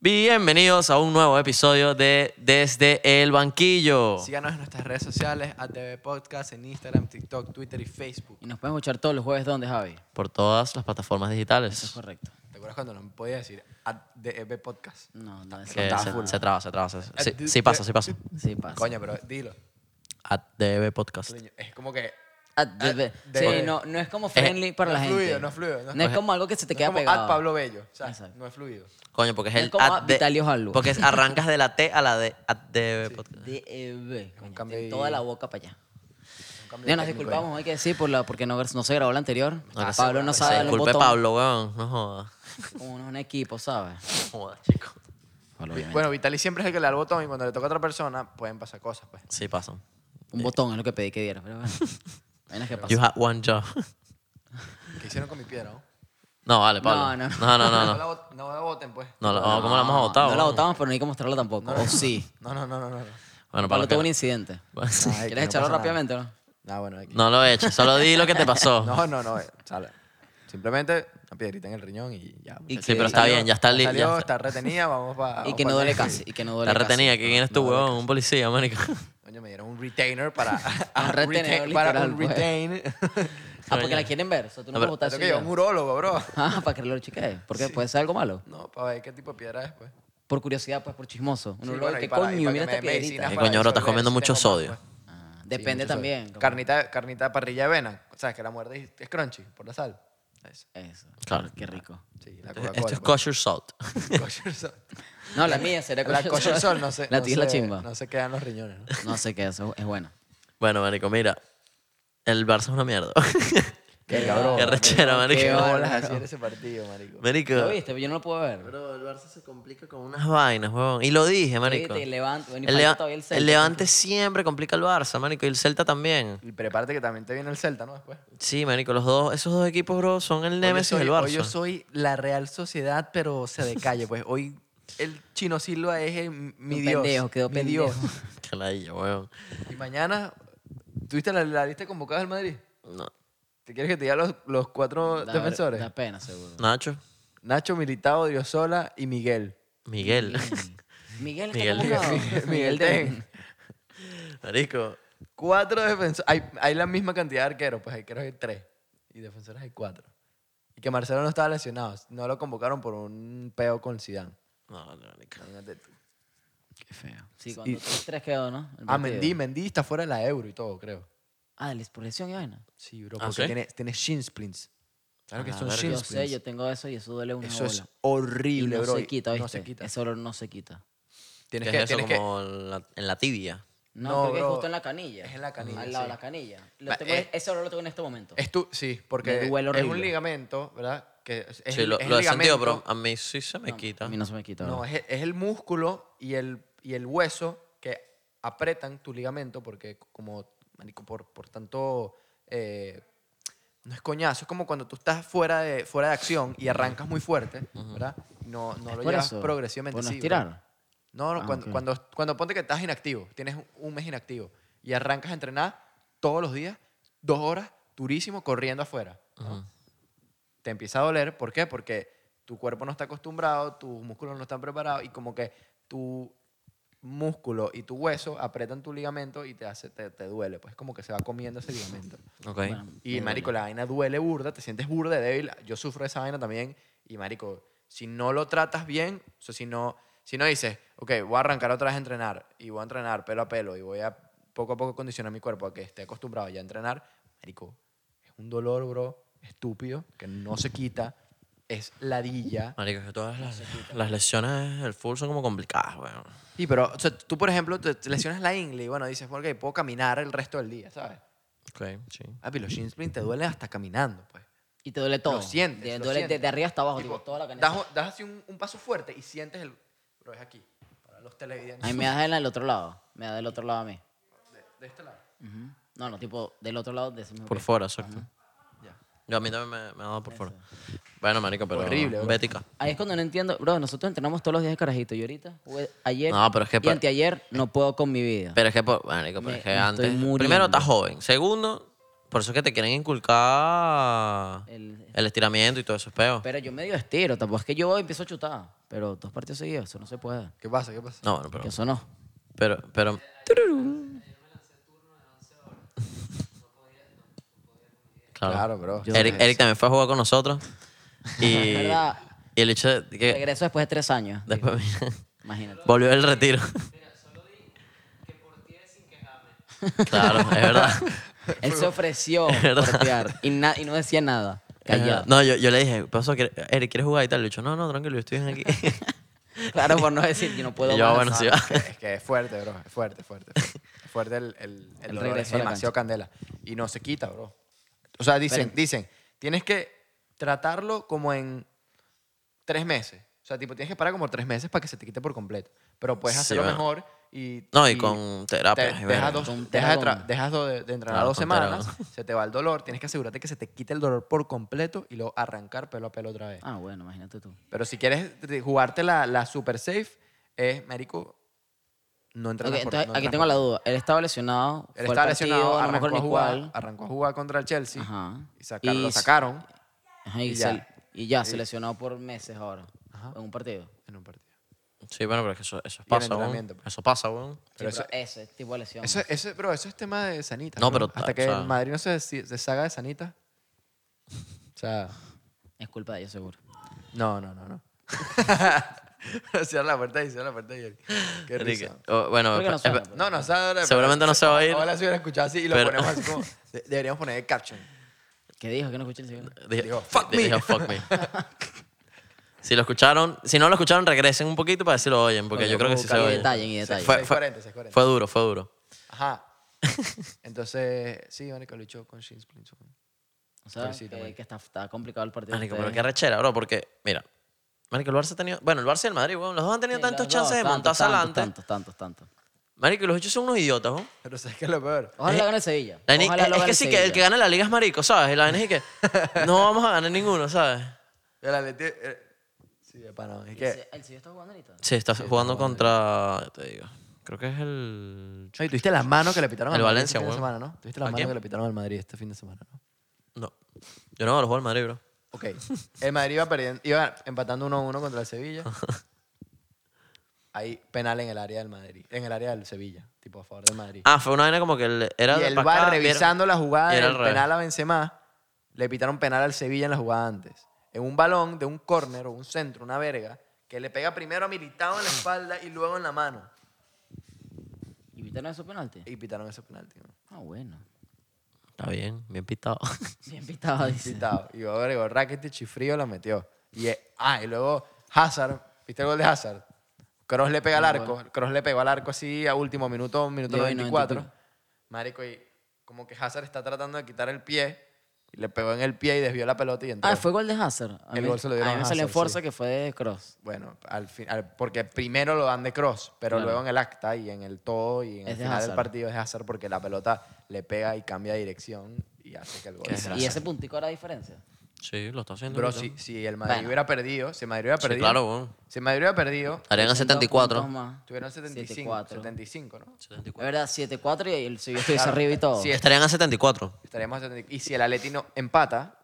Bienvenidos a un nuevo episodio de Desde el Banquillo. Síganos en nuestras redes sociales, ATV Podcast, en Instagram, TikTok, Twitter y Facebook. Y nos pueden escuchar todos los jueves, ¿dónde, Javi? Por todas las plataformas Eso es digitales. correcto. ¿Te acuerdas cuando no podía decir ATV Podcast? No, no es Que Está se, full. se traba, se traba. se- sí, sí pasa, sí pasa. Sí, pasa. Coño, pero dilo. ADB Podcast. coño. Es como que... Ah, de- de- de- sí, de- no, no es como friendly para no la es gente. fluido, no es fluido, no No, es- es como algo que se no te es queda como pegado. ad Pablo Bello. O sea, Exacto. no es fluido. Coño, porque es Es el como ad de- Vitalio Jalbo. Porque es- arrancas de la T a la D. ADB Podcast. DEB. eh, coño, cambio tiene ahí. toda la boca para allá. Un cambio Ya nos técnico ahí. disculpamos, hay que decir, por la, porque no, no se grabó la anterior. No, que se- Ah, Pablo no que sabe se darle un Disculpe, botón. Pablo, weón. No jodas. Como uno es un equipo, ¿sabes? No jodas, chico. obviamente. Bueno, Vitali siempre es el que le da el botón y cuando le toca a otra persona pueden pasar cosas, pues. Sí pasan. Un botón es lo que pedí que diera, pero bueno. Vainas que pasan. You had one job. ¿Qué hicieron con mi piedra? No, No, vale, Pablo. No, no. No, no, no. No no. la bot- no la voten, pues. No, la- ¿Cómo la hemos votado? No la votamos, pero no hay que mostrarla tampoco. o sí. No, no, no, no. no. Bueno, Pablo Pablo. tuvo un que- incidente. Ay, que ¿Quieres no echarlo pasa nada. rápidamente o no? Ah, bueno, aquí. No lo he hecho. Solo di lo que te pasó. No, no, no. eh, Sale. Simplemente una piedrita en el riñón y ya. Y Sí, que- pero está bien, ya está listo. Salió, está retenida, vamos para. Y que no duele casi. Ah, Y que no duele La retenía, ¿quién eres tú, No, weón? Un policía, marico. Coño, me dieron un retainer para. Un retenedor retain- para literal, un pues. retain. casi. Ah, porque la quieren ver. O sea, tú No, no puedes pero- votar Tengo si que llevar un ya. urólogo, bro. Ah, para que lo chequee. Porque puede ser algo malo. No, para ver qué tipo de piedra es, pues. Por curiosidad, pues, por chismoso. Sí, Uno lo bueno, ve, y ¿qué para- y coño? para Mira que esta me dé medicina piedrita. Eh, para coño, bro, estás disolver comiendo si mucho tengo más, sodio. pues. Ah, Sí, Depende mucho sodio. también. como- Carnita, carnita parrilla de avena. ¿Sabes? Que la muerde y es crunchy por la sal. Eso. Eso. Claro. Qué rico. Sí, la Coca-Cola. Esto es pues. kosher salt. Kosher salt. No, la mía será Eh, La kosher sol, no sé. La no tuya es la sé- chimba. No se quedan los riñones, ¿no? No sé qué, eso es bueno. Bueno, marico, mira. El Barça es una mierda. Qué cabrón. Qué rechera, marico. Qué Qué bolas, bolas bro. hacer ese partido, marico. Marico. ¿Lo viste? Yo no lo puedo ver. Bro, el Barça se complica con unas vainas, weón. Y lo dije, marico. Viste, y Levante, bueno, y El, falta Leva- todavía el el Celta. Levante siempre complica el Barça, marico. Y el Celta también. Y prepárate que también te viene el Celta, ¿no? Después. Sí, marico. Los dos, esos dos equipos, bro, son el némesis Hoy del yo soy- hoy yo Barça. soy la Real Sociedad, pero se decalle, pues. Hoy el Chino Silva es el- mi Un Dios. pendejo, quedó mi pendejo. Dios. Qué ladilla, weón. Y mañana, ¿tuviste la, la lista de convocados del Madrid? No. ¿Te quieres que te diga los, los cuatro Da- defensores? Da pena, seguro. Nacho. Nacho, Militao, Diosola y Miguel. Miguel. Miguel Miguel está convocado. Miguel, Miguel Ten. marico. Cuatro defensores. Hay, hay la misma cantidad de arqueros, pues arqueros hay tres. Y defensores hay cuatro. Y que Marcelo no estaba lesionado. No lo convocaron por un peo con Zidane. No, no, marico. Imagínate tú. Qué feo. Sí, cuando tres, tres quedó, ¿no? El Ah, partido. Mendy, Mendy está fuera de la Euro y todo, creo. Ah, de por lesión y vaina. Sí, bro, Ah, porque ¿sí? tiene, tiene shin splints. Claro que Ah, son verga. shin Yo splints. sé, yo tengo eso y eso duele una Eso bola. es y horrible, no bro. se y quita, ¿viste? No se quita. Ese olor no se quita. Tienes ¿Qué que, es eso? tienes que. Como en la- en la tibia. No, No, creo que es bro. justo en la canilla. Es en la canilla, Al lado de sí. la canilla. Lo Ma- tengo- es- ese olor lo tengo en este momento. Es tú, sí, porque Me duele es un horrible. ligamento, ¿verdad? Que es, es sí, el- lo, es el lo he sentido, pero ligamento- a mí sí se me A quita. mí no se me quita. No, bro. es, el- es el músculo y el, y el hueso que apretan tu ligamento porque como, marico, por, por tanto, eh, no es coñazo, es como cuando tú estás fuera de, fuera de acción y arrancas muy fuerte, ¿verdad? No, no ¿Es lo por llevas eso? progresivamente. ¿Por no sí, bro. estirar? No, no, Ah, cuando, ok. cuando, cuando ponte que estás inactivo, tienes un mes inactivo y arrancas a entrenar todos los días, dos horas, durísimo, corriendo afuera. ¿no? Te empieza a doler, ¿por qué? Porque tu cuerpo no está acostumbrado, tus músculos no están preparados y como que tu músculo y tu hueso apretan tu ligamento y te hace te, te duele, pues como que se va comiendo ese ligamento. Ok. Bueno, Y me marico, duele. la vaina duele burda, te sientes burda de débil. Yo sufro de esa vaina también. Y marico, si no lo tratas bien, o sea, si no, si no dices, ok, voy a arrancar otra vez a entrenar y voy a entrenar pelo a pelo y voy a poco a poco condicionar mi cuerpo a que esté acostumbrado ya a entrenar, marico, es un dolor, bro, estúpido, que no se quita, es ladilla. Marico, es que todas las, las lesiones del full son como complicadas, weón. Y pero, o sea, tú, por ejemplo, te te lesionas la ingle y bueno, dices, ok, puedo caminar el resto del día, ¿sabes? Ok, sí. Ah, pero los shin splints te duelen hasta caminando, pues. Y te duele todo. Lo sientes. De- lo duele de- sientes. de, arriba hasta abajo, Tipo, tipo, toda la canilla. das, o- das así un, un paso fuerte y sientes el. Pero es aquí, para los televidentes. A mí me da en el otro lado. Me da del otro lado a mí. De, de este lado. Ujú. No, no, tipo del otro lado de ese mismo Por pie. fuera, exacto. Ya. Yo a mí también me, me ha dado por fuera. Bueno, marico, pero... Horrible, bro. Bética. Ahí es cuando no entiendo. Bro, nosotros entrenamos todos los días de carajito. Y ahorita, jugué ayer No, pero es que y pa- anteayer, no puedo con mi vida. Pero es que, por- marico, pero Me- es que me estoy antes... muriendo. Primero, estás joven. Segundo, por eso es que te quieren inculcar Eh, El- el estiramiento y todo eso es peo. Pero yo medio estiro, tampoco es que yo empiezo a chutar. Pero dos partidos seguidos, eso no se puede. ¿Qué pasa? ¿Qué pasa? No, bueno, pero, Que eso no. pero, pero, claro. Claro, bro. Yo- Eric, Eric también fue a jugar con nosotros y, Es verdad. y el hecho de que Regreso después de tres años. después mira, Imagínate. volvió del retiro. Claro, es verdad. Él se ofreció Es verdad. portear y, na- y no decía nada. Callado. No, yo, yo le dije, pasó, ¿quiere- Eric, ¿quieres jugar y tal? Le dije, no, no, tranquilo, yo estoy bien aquí. Claro, por no decir, yo no puedo Y yo, más, bueno, sí ¿sabes? va. Es que es fuerte, bro. Es fuerte, fuerte. fuerte. Es fuerte el, el, el El dolor, regreso Es a la demasiado candela. Y no se quita, bro. O sea, dicen, Pero- dicen, tienes que tratarlo como en tres meses. O sea, tipo, tienes que parar como tres meses para que se te quite por completo. Pero puedes Sí, hacerlo bueno. mejor y... No, y con terapias y Te, verga. dejas dos- Con dejas de, tra- teragón. dejas do- de, de entrenar Claro, dos con semanas, teragón. se te va el dolor, tienes que asegurarte que se te quite el dolor por completo y luego arrancar pelo a pelo otra vez. Ah, bueno, imagínate tú. Pero si quieres de- jugarte la, la super safe, es, marico, no entras Ok, por, entonces, no aquí entrenas tengo por- la duda. Él estaba lesionado. Él fue al estaba partido, lesionado, no me arrancó, acuerdo a ni jugar, cuál. arrancó a jugar contra el Chelsea Ajá. y, sacaron- Y lo s- sacaron Ajá, y, Y se- ya. y ya, se lesionó por meses ahora. En un partido. en un partido. Sí, bueno, pero es que eso, eso Y en pasa, weón. entrenamiento, pues. Eso pasa, weón. Pero Pero eso, ese tipo de lesión. Eso, eso, bro, eso es tema de Sanita. No, bro. pero, Hasta o que sea- el Madrid no se desi- deshaga de Sanita. O sea, Es culpa de ellos, seguro. no, no, no, no. cierra la puerta y cierra la puerta y qué Enrique, risa. oh, bueno, Creo que no espe- suena, espe- No, no, se va a- Seguramente no se va a ir. Ahora se hubiera escuchado así y lo Pero- ponemos así como. de- Deberíamos poner el caption. ¿Qué dijo? ¿Que no escuché el segundo? dije, Dijo, "Fuck me". dijo, "Fuck me". si lo escucharon, si no lo escucharon, regresen un poquito para decirlo oyen, porque Ok, yo creo que vamos sí a se buscar Y Oye, oye. detallen, y detallen. Fue- 640, 640. Fue duro, fue duro. Ajá. Entonces, sí, Mónica luchó con Shane Splint. O sea, Pobrecito, que, marico. que está, está complicado el partido. de Marico, pero ustedes. qué rechera, bro, porque, mira, Marico, el Barça ha tenido. Bueno, el Barça y el Madrid, weón, los dos han tenido Sí, tantos los dos, chances de tantos, montarse tantos, adelante. Tantos, tantos, tantos. Marico, y los hechos son unos idiotas, weón. Pero ¿sabes qué es lo peor? Ojalá lo gane Sevilla. La ni- Ojalá Eh, es, lo es gane que sí, que el que Sevilla. gane la liga es marico, ¿sabes? Y la vaina es que no vamos a ganar ninguno, ¿sabes? El Atleti... eh, sí, de pana. Es El que... Se- El Sevilla está jugando ahorita. Sí, está jugando contra. Te digo. Creo que es el. Oye, tuviste las manos que le pitaron El al Madrid Valencia, este fin de weón. semana, ¿no? Tuviste las ¿A manos quién? que le pitaron al Madrid este fin de semana, ¿no? No. Yo no, los juego al Madrid, bro. Ok. El Madrid iba, perdiendo, iba empatando 1-1 contra el Sevilla. Hay penal en el área del Madrid. En el área del Sevilla. Tipo, a favor del Madrid. Ah, fue una vaina como que el- era y de él pa' va acá, revisando la jugada y era del al revés. penal a Benzema. Le pitaron penal al Sevilla en la jugada antes. En un balón de un córner o un centro, una verga, que le pega primero a Militao en la espalda y luego en la mano. ¿Y Vitano esos penaltis? Y pitaron ese penalti. ¿no? Ah, bueno. vieron- Está bien, bien pitado. Bien pitado, dice. Pitado. Y luego agregó Rakitic Chifrío la metió. Y, eh, ah, y luego Hazard. ¿Viste el gol de Hazard? Cross le pega al arco. Cross le pegó al arco así a último minuto, minuto Llegó y 94. 94. Marico, y como que Hazard está tratando de quitar el pie. Y le pegó en el pie y desvió la pelota y entró. Ah, fue gol de Hazard. A El mí- gol se lo dieron a mí a me salió en Hazard, fuerza sí. que fue de cross. Bueno, al fin, al- porque primero lo dan de cross, pero Claro. luego en el acta y en el todo y en el Es de final del Hazard. partido es Hazard porque la pelota le pega y cambia de dirección y hace que el gol. Qué sea. Y ese puntico era diferencia. Sí, lo está haciendo. Pero ahorita. si, si el Madrid Bueno. hubiera perdido, si el Madrid hubiera Sí, perdido, claro, weón. si el Madrid hubiera perdido, Harían a 74. tuvieron 75, 74. 75, ¿no? 74. Es verdad, 7-4 y el Sevilla estuviese arriba y todo. Sí, Estarían a 74. Estaríamos a 75. Y si el Atleti no empata,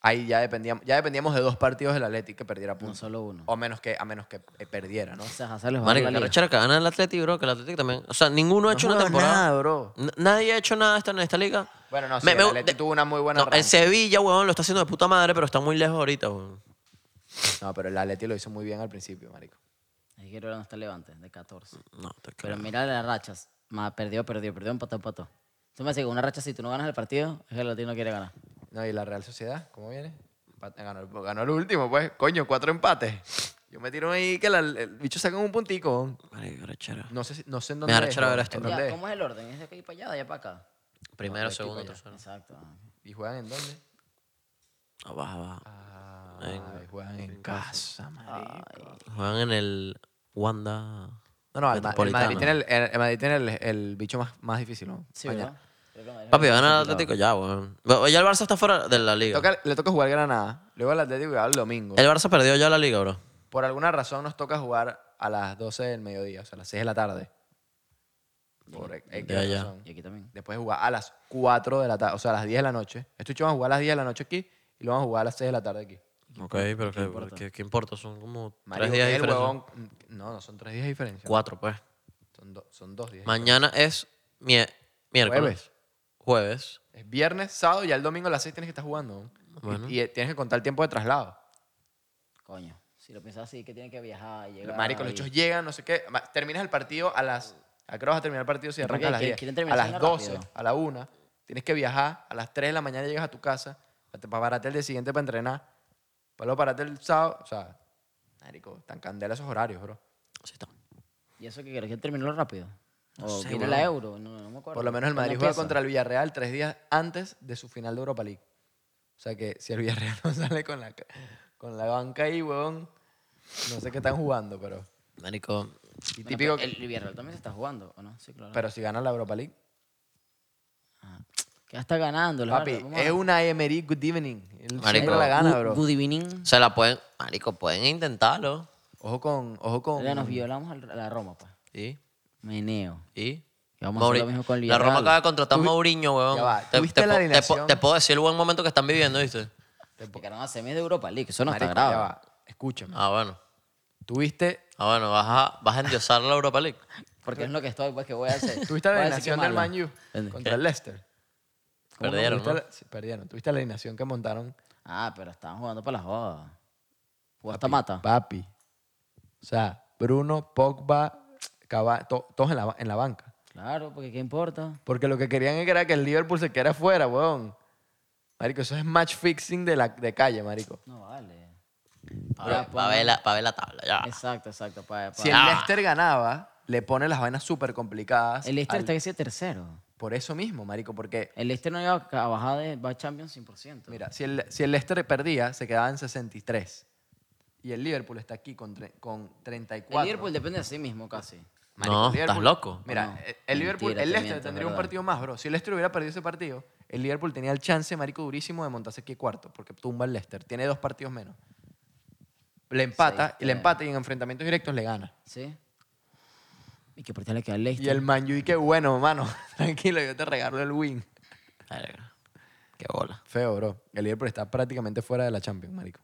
ahí ya dependíamos, ya dependíamos de dos partidos del Atleti que perdiera No puntos. solo uno. O menos que, a menos que eh, perdiera, ¿no? O sea, Hazard les va a dar Marico, la que liga. rechera que gana el Atlético, bro, que el Atlético también. O sea, ninguno ha hecho una juega temporada. nada, bro. N- Nadie ha hecho nada esta- en esta liga. Bueno, no, sí, Me- el me- Atleti de- tuvo una muy buena No, el arranque. Sevilla, weón, lo está haciendo de puta madre, pero está muy lejos ahorita, weón. No, pero el Atleti lo hizo muy bien al principio, marico. Ahí quiero ver dónde está Levante, de 14. No, te creo. Pero mira las rachas. Más perdió, perdió, perdió, empató, empató. Tú me dices que una racha, si tú no ganas el partido, es que el latino quiere ganar. No, y la Real Sociedad, ¿cómo viene? Empate- Ganó, ganó el último, pues. Coño, cuatro empates. Yo me tiro ahí que la- el bicho saca un puntico. Marico, rechera. No sé, si- no sé en Me dónde da es, rechera ¿no? ver esto, ¿En bro. Ya, dónde es? ¿Cómo es el orden? ¿Es de aquí para allá, de allá para acá? Primero, Otro segundo, equipo ya. tercero. Ah, Exacto. ah. ¿Y juegan en dónde? No, baja, baja. Ah, Ay, juegan en casa, Ah, marico. Juegan en el Wanda. No, no, el, Ma- el Metropolitano. Madrid tiene, el, el- el Madrid tiene el, el bicho más, más difícil, ¿no? Sí, Mañana. ¿verdad? Creo que Madrid- Papi, gana el Atlético ya, weón. Bueno, Ya el Barça está fuera de la Le liga. toca, le toca jugar Granada, luego al Atlético y va el domingo. El Barça perdió ya la liga, bro. Por alguna razón nos toca jugar a las 12 del mediodía, o sea, a las 6 de la tarde. Por X Ya, ya. razón. Y aquí también. Después de jugar a las 4 de la tarde, o sea, a las 10 de la noche. Estos chicos van a jugar a las 10 de la noche aquí y lo van a jugar a las 6 de la tarde aquí. Ok, pero ¿qué, importa? qué- qué importa? Son como Marico, tres días ¿qué de es el diferencia. huevón? No, no, son tres días de diferencia. Cuatro, pues. Son, do- son dos días. Mañana es mie- miércoles. pues. Jueves. Jueves. Es viernes, sábado y al domingo a las 6 tienes que estar jugando. ¿no? Bueno. Y, y tienes que contar el tiempo de traslado. Coño. Si lo piensas así, que tienen que viajar y llegar. Marico, los y- chicos llegan, no sé qué. Ma- Terminas el partido a las... ¿A qué hora vas a terminar el partido si ¿Y por arranca qué? a las ¿Quieren- 10? quieren a terminar las siendo 12, rápido? a la 1. Tienes que viajar. A las 3 de la mañana llegas a tu casa pa- para pararte el día siguiente para entrenar. Para luego pararte el sábado. O sea, marico, tan candela esos horarios, bro. Sí, está. ¿Y eso que quiero? ¿Quieren terminarlo rápido? ¿O sé, quieren la Euro? No, no me acuerdo. Por lo menos el ¿Cuándo Madrid juega empieza? contra el Villarreal tres días antes de su final de Europa League. O sea que si el Villarreal no sale con la, ca- con la banca ahí, huevón, no sé qué están jugando, pero... Marico, Y Bueno, típico, pero que- El Villarreal también se está jugando, ¿o no? Sí, claro. pero si gana la Europa League. Ah, que ya está ganando. la Papi, verdad, vamos a- Uh, es una Emery Good Evening. Él Marico. siempre la gana, bro. Good- Good evening. se la pueden... Marico, pueden intentarlo. Ojo con... Ojo con Ya nos violamos al- a la Roma, pues. ¿Y? Meneo. ¿Y? Y vamos a hacer lo mismo con el la Roma Villarreal. acaba de contratar a Mourinho, Ya huevón. va, ¿tuviste te la po- te, alineación? po- te puedo decir el buen momento que están viviendo, ¿viste? Llegaron a semis de Europa League. Eso no Marico, está ya grave. va, Escúchame. Ah, bueno. Tuviste... Ah, bueno, vas a, vas a endiosar la Europa League. Porque es lo que estoy, pues, que voy a hacer. Tuviste la Voy a decir que alineación del mala. Man U ¿Entiendes? contra el Leicester. Perdieron, Tuviste ¿no? la- sí, perdieron. Tuviste la alineación que montaron Ah, pero estaban jugando para las jodas. Jugó hasta mata. Papi. O sea, Bruno, Pogba, Cava- to- todos en la, ba- en la banca. Claro, porque qué importa. Porque lo que querían era que el Liverpool se quedara fuera, weón. Marico, eso es match fixing de, la, de calle, marico. No vale. Para Ya, ver, pues, pa' ver la, pa' ver la tabla, Ah. ya. Exacto, exacto. pa- pa- Si el Leicester ganaba, le pone las vainas súper complicadas. El Leicester al- está que sea tercero. Por eso mismo, marico, porque... El Leicester no iba a bajar de va a Champions 100%. Mira, si el, si el Leicester perdía, se quedaba en 63. Y el Liverpool está aquí con, tre- con 34. el Liverpool depende de sí mismo casi. Marico, No, el estás Liverpool- loco. Mira, eh, No, el- el Liverpool, mentira, el te Leicester miento, es tendría un verdad. partido más, bro. Si el Leicester hubiera perdido ese partido, el Liverpool tenía el chance, marico, durísimo de montarse aquí cuarto, porque tumba el Leicester. Tiene dos partidos menos. Le empata, Seis, y le tres. empata y en enfrentamientos directos le gana. ¿Sí? Y que por qué le queda al Y Leicester. el Man U, y que bueno, mano. Tranquilo, yo te regalo el win. Verga. Qué bola. Feo, bro. El Liverpool está prácticamente fuera de la Champions, marico.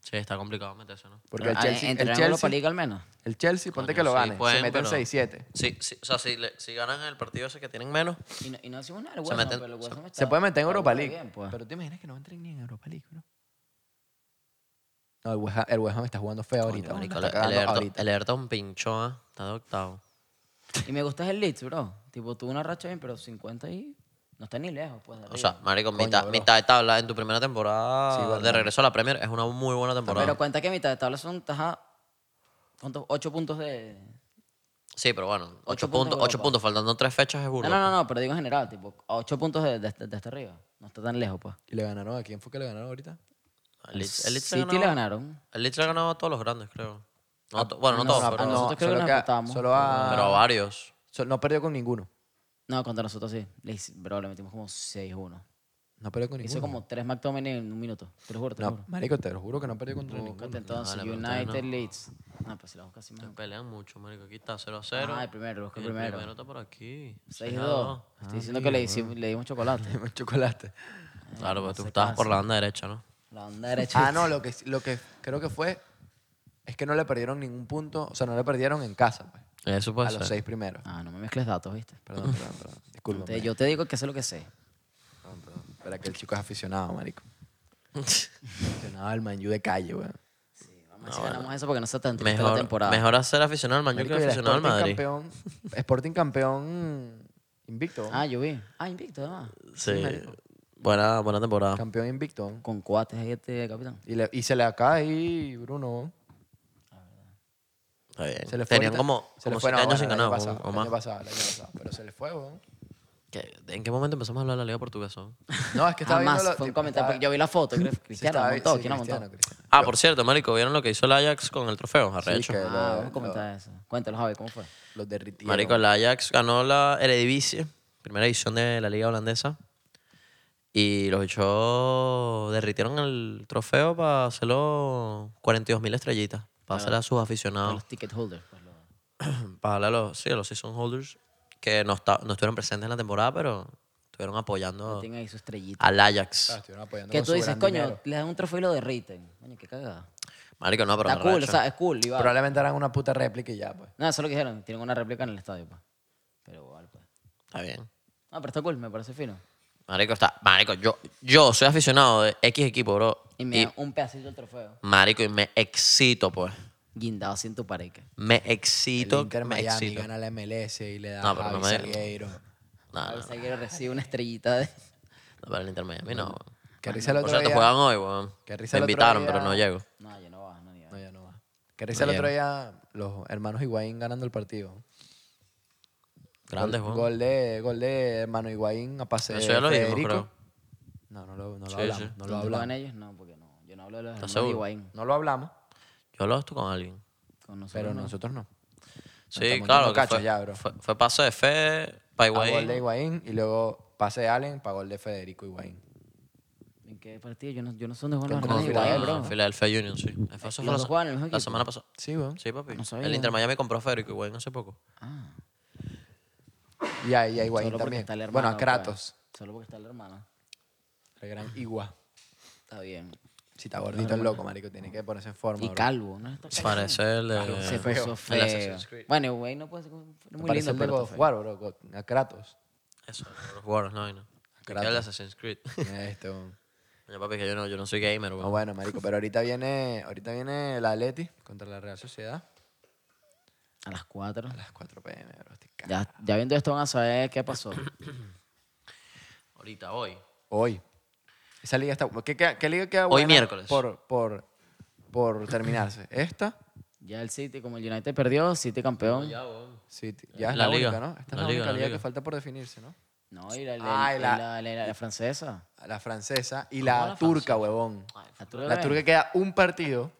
Sí, está complicado meterse, ¿no? Porque el Ah, Chelsea, el entrar en Europa Chelsea, League al menos. el Chelsea, ponte Coño, que lo sí, gane. pueden, se mete en pero- 6-7. Sí, sí, o sea, si, le- si ganan el partido ese que tienen menos, Y no, y no hicimos nada. Bueno, meten- pero el se- West Ham está- Se puede meter en está Europa jugando League. bien, pues. Pero te imaginas que no entren ni en Europa League, bro. No, el West Ham, el West Ham está jugando feo Coño, ahorita. bro, marico, está el, cagando Everton, ahorita. el Everton pinchó, ¿ah? está de octavo. Y me gusta es el Leeds, bro. Tipo, tuvo una racha bien, pero 50 y no está ni lejos, pues. de O arriba. sea, marico, Coño, mitad, bro. mitad de tabla en tu primera temporada de regreso a la Premier es una muy buena temporada. pero cuenta que mitad de tabla son taja, ¿cuántos? 8 puntos de... sí, pero bueno, 8 Ocho puntos puntos, de ocho Europa. puntos, faltando tres fechas es burro. No, no, no, no, pero digo en general, tipo, a 8 puntos de, de, de hasta arriba. No está tan lejos, pues. ¿Y le ganaron a quién fue que le ganaron ahorita? El Leeds- el Leeds le City ganaba- le ganaron. El Leeds le ha ganado a todos los grandes, creo. No a to- bueno, no, todos, a- pero, a nosotros creo que solo nos a- empatamos. Solo a, pero a varios. so- no perdió con ninguno. No, contra nosotros sí. Le, hic- bro, le metimos como 6-1. No perdió con Hizo ninguno. como 3 McTominay en un minuto. Te lo juro, te lo No, juro. marico, te lo juro que no perdió contra ninguno. Búscate entonces, Vale, pero ustedes United, Leeds. No, pues si la buscas así más. Pelean mucho, marico. Aquí está 0 a 0. Ah, el primero, busca Y el el primero. primero Ah, está por aquí. 6-2. Estoy diciendo que le, hicimos- le dimos chocolate. Chocolate. Claro, porque tú estabas por la banda derecha, ¿no? La onda derecha. Ah, no, lo que, lo que creo que fue es que no le perdieron ningún punto. O sea, no le perdieron en casa, pues. Eso puede A los ser. seis primeros. Ah, no me mezcles datos, ¿viste? Perdón, perdón, perdón. Disculpa. Te- yo te digo que sé lo que sé. Perdón, perdón. Espera, que el chico es aficionado, marico. Aficionado al Manju de calle, weón. Vamos a ver si ganamos eso porque no está tan triste la mejor, temporada. mejor hacer aficionado al Mayor que Marico, y el aficionado al Sporting Madrid. campeón, Sporting campeón invicto. Ah, yo vi. Ah, invicto, además. Sí. Buena, buena temporada. Campeón invicto. Con cuates ahí este capitán. Y, le- y se le acaba ahí, Bruno. Está bien. Se le fue Tenían ahorita- como, se le como siete fue, no, años bueno, sin el año ganar o- pasado, o el más. año pasado, el año pasado, pero se le fue, weón. ¿Qué- ¿En qué momento empezamos a hablar de la Liga Portuguesa? weón? No, es que estaba Jamás viendo lo- fue un tipo, comentario. estaba- porque yo vi la foto. creo que sí, Cristiano estaba- montó. sí, ¿Quién la montó? Cristiano, Cristiano. Ah, por cierto, marico, ¿vieron lo que hizo el Ajax con el trofeo? Sí, Arrecho. que Ah, lo- vamos a lo- comentar eso. Cuéntalo, Javi, ¿cómo fue? los derritieron. Marico, el Ajax ganó la Eredivisie, primera edición de la liga holandesa. Y los bichos derritieron el trofeo para hacerlo 42.000 estrellitas, para hacer a sus Con aficionados. los ticket holders. pues, lo- para hablar a los, sí, a los season holders que no, esta- no estuvieron presentes en la temporada, pero estuvieron apoyando Tienen ahí su estrellita. al Ajax. Ah, estuvieron apoyando que con tú su dices, gran coño, dinero. les dan un trofeo y lo derriten. Coño, qué cagada. Marico, no, pero Está cool, arrecho. o sea, es cool. Y va. Probablemente harán una puta réplica y ya, pues. No, eso es lo que dijeron. Tienen una réplica en el estadio, pues. Pero igual, pues. Está bien. Ah, pero está cool, me parece fino. Marico, está, marico yo, yo soy aficionado de X equipo, bro. Y me dan un pedacito del trofeo. Marico, y me excito, pues. Guindado así en tu pared. que- Me El excito, Inter me Miami excito. gana la MLS y le da No, a pero Javi no me- Salgueiro. No, no, Al zaguero recibe una estrellita de... no, para el Inter Miami, no. weón. Que risa el Por otro cierto, día. juegan hoy, weón. Qué risa Me el otro invitaron, día. pero no llego. No, yo no voy, no, ni No, voy. ya no va. Que risa el otro día los hermanos Higuaín ganando el partido. Grandes, gol, weón. gol de Gol de hermano Higuaín a pase Eso ya lo de dijimos, Federico. creo. No, no lo, no lo Sí, hablamos. sí. No lo ¿Dónde juegan hablamos. ellos? No, porque no. Yo no hablo de los hermanos seguro? Higuaín. No lo hablamos, Yo lo esto con alguien. Con nosotros pero no. nosotros no. Sí, estamos claro. dando que cachos fue, ya, bro. Fue, fue paso de fe para A Ah, gol Higuaín. de Higuaín y luego pase de Allen para gol de Federico Higuaín. ¿En qué partido? Yo no, yo no sé dónde Con juegan los Con hermanos Higuaín, Filadelfia, bro. Eh, Filadelfia Union, sí. Eso fue ¿Los la, dos juegan en el mismo la equipo? semana pasada. Sí, weón. Sí, papi. No sabía. el Inter Miami compró a Federico Higuaín hace poco. Ah, Y a, y a Higuaín solo porque también. está el hermano. bueno, a pues. Kratos. Solo porque está el hermano. El gran Igua. Está bien. Si está gordito el loco, marico, tiene que ponerse en forma. Y bro. calvo, ¿no? Está calvo. Parece eh, el de... Se puso El feo. Assassin's Creed. Bueno, güey, no puede ser muy Parece lindo, el de pero God está of feo. War, bro. con- A Kratos. Eso, los Warriors, no, no. Que Kratos. era el Assassin's Creed. Este, weón. Coño, papi, que yo no, yo no soy gamer, No, weón. bueno, marico, pero ahorita viene, ahorita viene la Atleti contra la Real Sociedad A las 4. a las 4 pm, bro. estoy ca- Ya, ya viendo esto van a saber qué pasó. Ahorita, hoy. Hoy. Esa liga está... ¿Qué, queda- qué liga queda Hoy buena miércoles. Por, por, por terminarse. Esta, Ya el City, como el United perdió, City campeón. Ya, weón. sí, t- ya es La la, liga. única, ¿no? Esta es La la, liga, única la liga liga. que falta por definirse, ¿no? No, y la, Ah, la, y la- la- la- la francesa. La francesa y la, turca, huevón. La turca. La turca queda un partido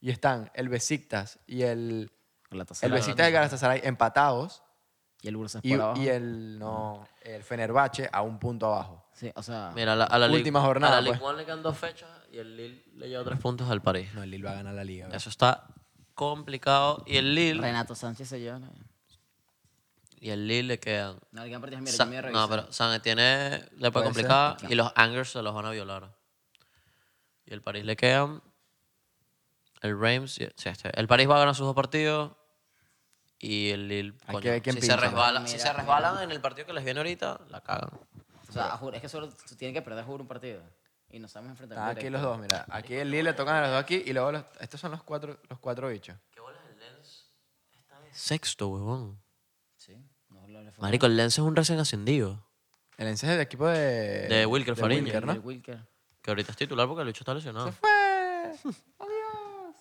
y están el Besiktas y el... El Galatasaray. Besiktas y el Galatasaray empatados y el Bursa y, por abajo. y el, no, el Fenerbahce a un punto abajo. Sí, o sea, Mira, a la, a la Ligue- Última jornada, A la Ligue pues. One le quedan dos fechas y el Lille le lleva tres puntos al París. No, el Lille va a ganar la liga. bro. Eso está complicado. Y el Lille. Renato Sánchez se lleva. No, Y el Lille le quedan. No, el que partido mira, yo Sa- me voy a no, revisar. pero San Etienne le puede Puede complicar y los Angers se los van a violar. Y el París le quedan. El Reims. y- sí, este. El París va a ganar sus dos partidos. Y el Lille. Hay coño, que ver quién si, pincha, se ¿no? resbala, si Mira, se resbalan en el partido que les viene ahorita, la cagan. O sea, a juro, es que solo tú tienes que perder juro un partido. Y nos vamos a enfrentar. Están aquí los dos, mira. Aquí el Lille le tocan a los dos aquí y luego los- estos son los cuatro, los cuatro bichos. Sexto, huevón. Sí. No, lo- lo- fue- Marico, el Lens es un recién ascendido. El ensayo del equipo de... De Wilker Fariña. Wilker, el ¿no? Wilker. Que ahorita es titular porque el bicho está lesionado. ¡Fue! ¡Adiós!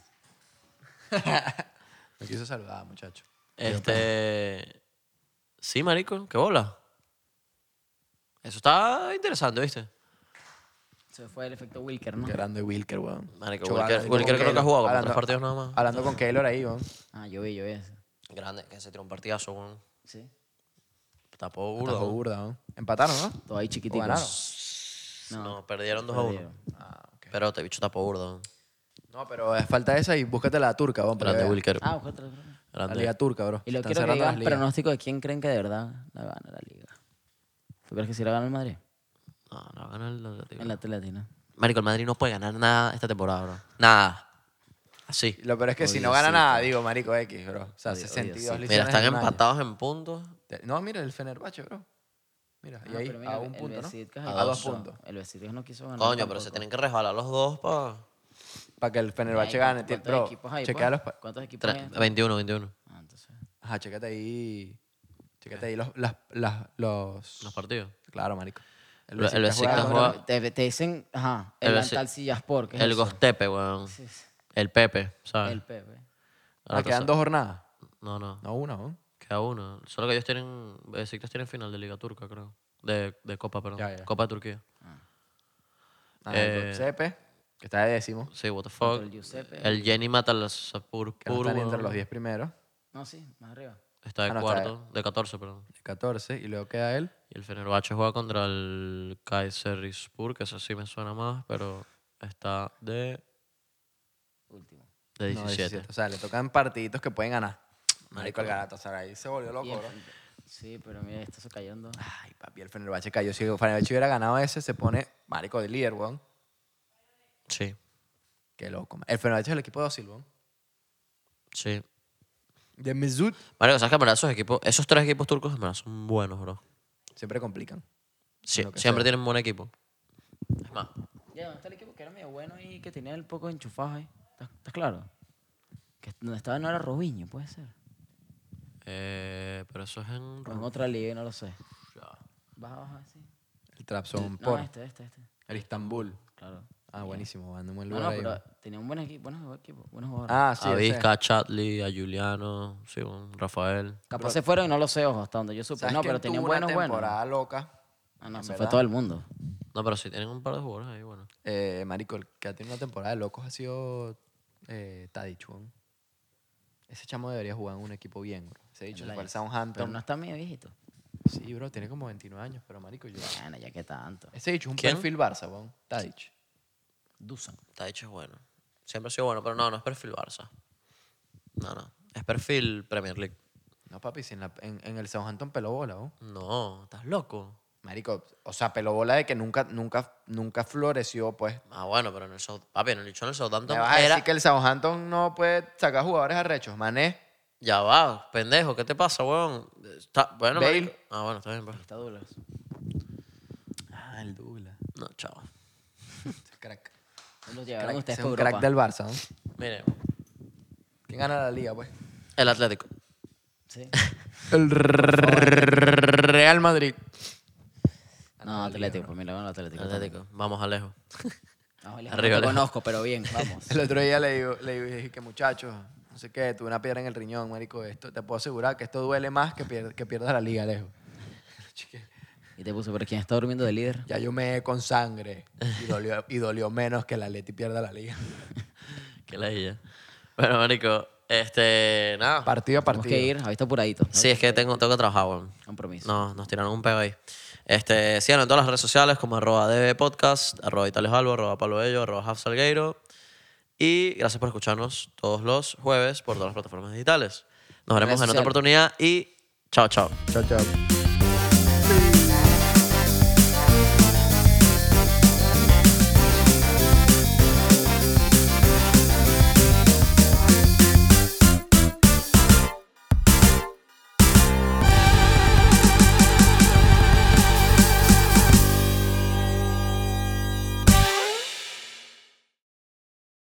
Me quiso saludar, muchacho. Este. Sí, marico, qué bola. Eso está interesante, ¿viste? Se fue el efecto Wilker, ¿no? Qué grande Wilker, weón. Marico, Yo Wilker, hablando con Wilker creo que ha Keylor, jugado como hablando- tres partidos nada más. Hablando con Keylor ahí, weón. Ah, yo vi, yo vi eso. Grande, que se tiró un partidazo, weón. Sí. Ah, Tapó burda. Tajo weón. burda, weón. Empataron, ¿no? Todo ahí ¿O ganaron? chiquititos. No, perdieron 2 a 1. Ah, ok. Pero este bicho tapó burda. weón. No, pero eh, falta esa y búscate la turca, weón. para Grande que Wilker. Ah, ojo, otra, otra. veas. La Grande. liga turca, bro. Y lo Están quiero que cerrando las digan ligas. pronóstico de quién creen que de verdad la gana la liga. ¿Tú crees que sí la gana el Madrid? No, no ganó el Atlético. En la Atletina. Marico, el Madrid no puede ganar nada esta temporada, bro. Nada. Así. Lo peor es que si no gana nada, digo, marico X, bro. O sea, 62 lesiones Mira, están en un año. empatados en puntos. Te- No, mira el Fenerbahce, bro. Mira, Ah, y ahí a un punto, ¿no? A, dos puntos. El Besiktas no quiso ganar. Coño, pero se tampoco. tienen que resbalar los dos para. Para que el Fenerbahce Ay, gane. ti- ¿cuántos Bro, equipos hay, chequea pues? los... pa- ¿Cuántos equipos hay? 21, 21. Ah, entonces. Ajá, checate ahí... Checate ahí los... Las, las, los... Los partidos. Claro, marico. El- el Besiktas contra- juega- Te, te dicen, ajá, El el Besiktas. Antal Sillaspor, que es El eso? Gostepe, weón. Sí, sí. El Pepe, ¿sabes? El Pepe. Ah, Ahora quedan te- dos jornadas. No, no. No, una, ¿no? Queda uno. Solo que ellos tienen. Besiktas tienen final de Liga Turca, creo. De, de Copa, perdón. Ya, ya. Copa de Turquía. Ah, Eh, el Giuseppe, que está de décimo. Sí, what the fuck. el Giuseppe. El Jenny mata al Sapur Que no están entre los 10 primeros. No, sí, más arriba. Está de Ah, no, está cuarto. De 14, perdón. de 14. Y luego queda él. Y el Fenerbahce juega contra el Kayserispor, que eso sí me suena más, pero está de, Último. de No, 17. 17. O sea, le tocan partiditos que pueden ganar. Marico, el Galatasaray se volvió loco, bro. Sí, pero mira, esto se cayendo. Ay, papi, el Fenerbahce cayó. Si el Fenerbahce hubiera ganado ese, se pone marico de líder, weón. Sí, Qué loco. man. El Fenerbahce es el equipo de Osil, weón. sí. De Mesut. Mario, ¿sabes que en verdad esos equipos, esos tres equipos turcos en verdad son buenos, bro? Siempre complican. Sí, Lo que siempre tienen buen equipo. Es más, Ya, ¿dónde está el equipo que era medio bueno y que tenía el poco enchufado ahí? ¿Estás, estás claro? Que donde estaba no era Robinho, puede ser. eh, pero eso es en O en otra liga y no lo sé. Rusia. Baja, baja, así. El Trabzon No, este, este, este. El Istanbul. Claro. Ah, buenísimo, van un buen No, lugar no, ahí, pero weón. tenía un buen equipo, buenos equipos, buenos jugadores. Ah, sí. a ese. Vizca, a Chatli, a Juliano, sí, un Rafael. Capaz se fueron y no lo sé, ojo, hasta donde yo supe. ¿Sabes No, quién pero tenían tuvo una buenos, buenos. temporada loca. Ah, no, en se fue verdad? todo el mundo. No, pero sí tienen un par de jugadores ahí, bueno. Eh, marico, el que ha tenido una temporada de locos ha sido eh, Tadic, weón. Ese chamo debería jugar en un equipo bien, bro. Se ha dicho, El se fue al Ajax. Pero Southampton. no está medio viejito. Sí, bro, tiene como 29 años, pero marico, yo... Bueno, ya que tanto. Ese dicho es un ¿Quién? perfil Barça, weón. Tadic. Dusan. Está hecho bueno. Siempre ha sido bueno, pero no, no es perfil Barça. No, no. Es perfil Premier League. No, papi, si en, la- en- en el Southampton peló bola, weón. No, estás loco. Marico, o sea, peló bola de que nunca, nunca, nunca floreció, pues. Ah, bueno, pero en el South... Papi, en el dicho en el Southampton Me vas a era... decir que el Southampton no puede sacar jugadores arrechos. Mané, Ya va, pendejo, ¿qué te pasa, weón? Está... Bueno, Bale. marico. Ah, bueno, está bien, pues. Está Douglas. Ah, el Douglas. No, chao. Crack. No los llevaron Crack, ustedes ese es para un Europa. crack del Barça, ¿no? Mire, ¿Quién gana la liga, pues? el Atlético. Sí. El Real Madrid. No, Atlético, por mí le van al El Atlético. Atlético. Vamos, Alejo. No, el Arriba, Atlético Alejo. lo conozco, pero bien, vamos. El otro día le digo, le digo, dije que muchachos, no sé qué, tuve una piedra en el riñón, marico. Esto, te puedo asegurar que esto duele más que, pier- que pierda la liga, Alejo. Chique, Y te puso, pero ¿quién está durmiendo de líder? Ya yo me con sangre y dolió, y dolió menos que la Leti pierda la liga. Qué ladilla. Bueno, marico, este... Nada. Partido a Tenemos partido. que ir, habéis estado apuradito. ¿no? Sí, es que tengo, tengo que trabajar, weón. Compromiso. No, nos tiraron un pego ahí. Este, síganos en todas las redes sociales como arroba DB Podcast, arroba Itales Albo, arroba Pablo Bello, arroba Haf Salgueiro. Y gracias por escucharnos todos los jueves por todas las plataformas digitales. Nos veremos Redes en otra sociales. oportunidad y chao, chao. Chao, chao.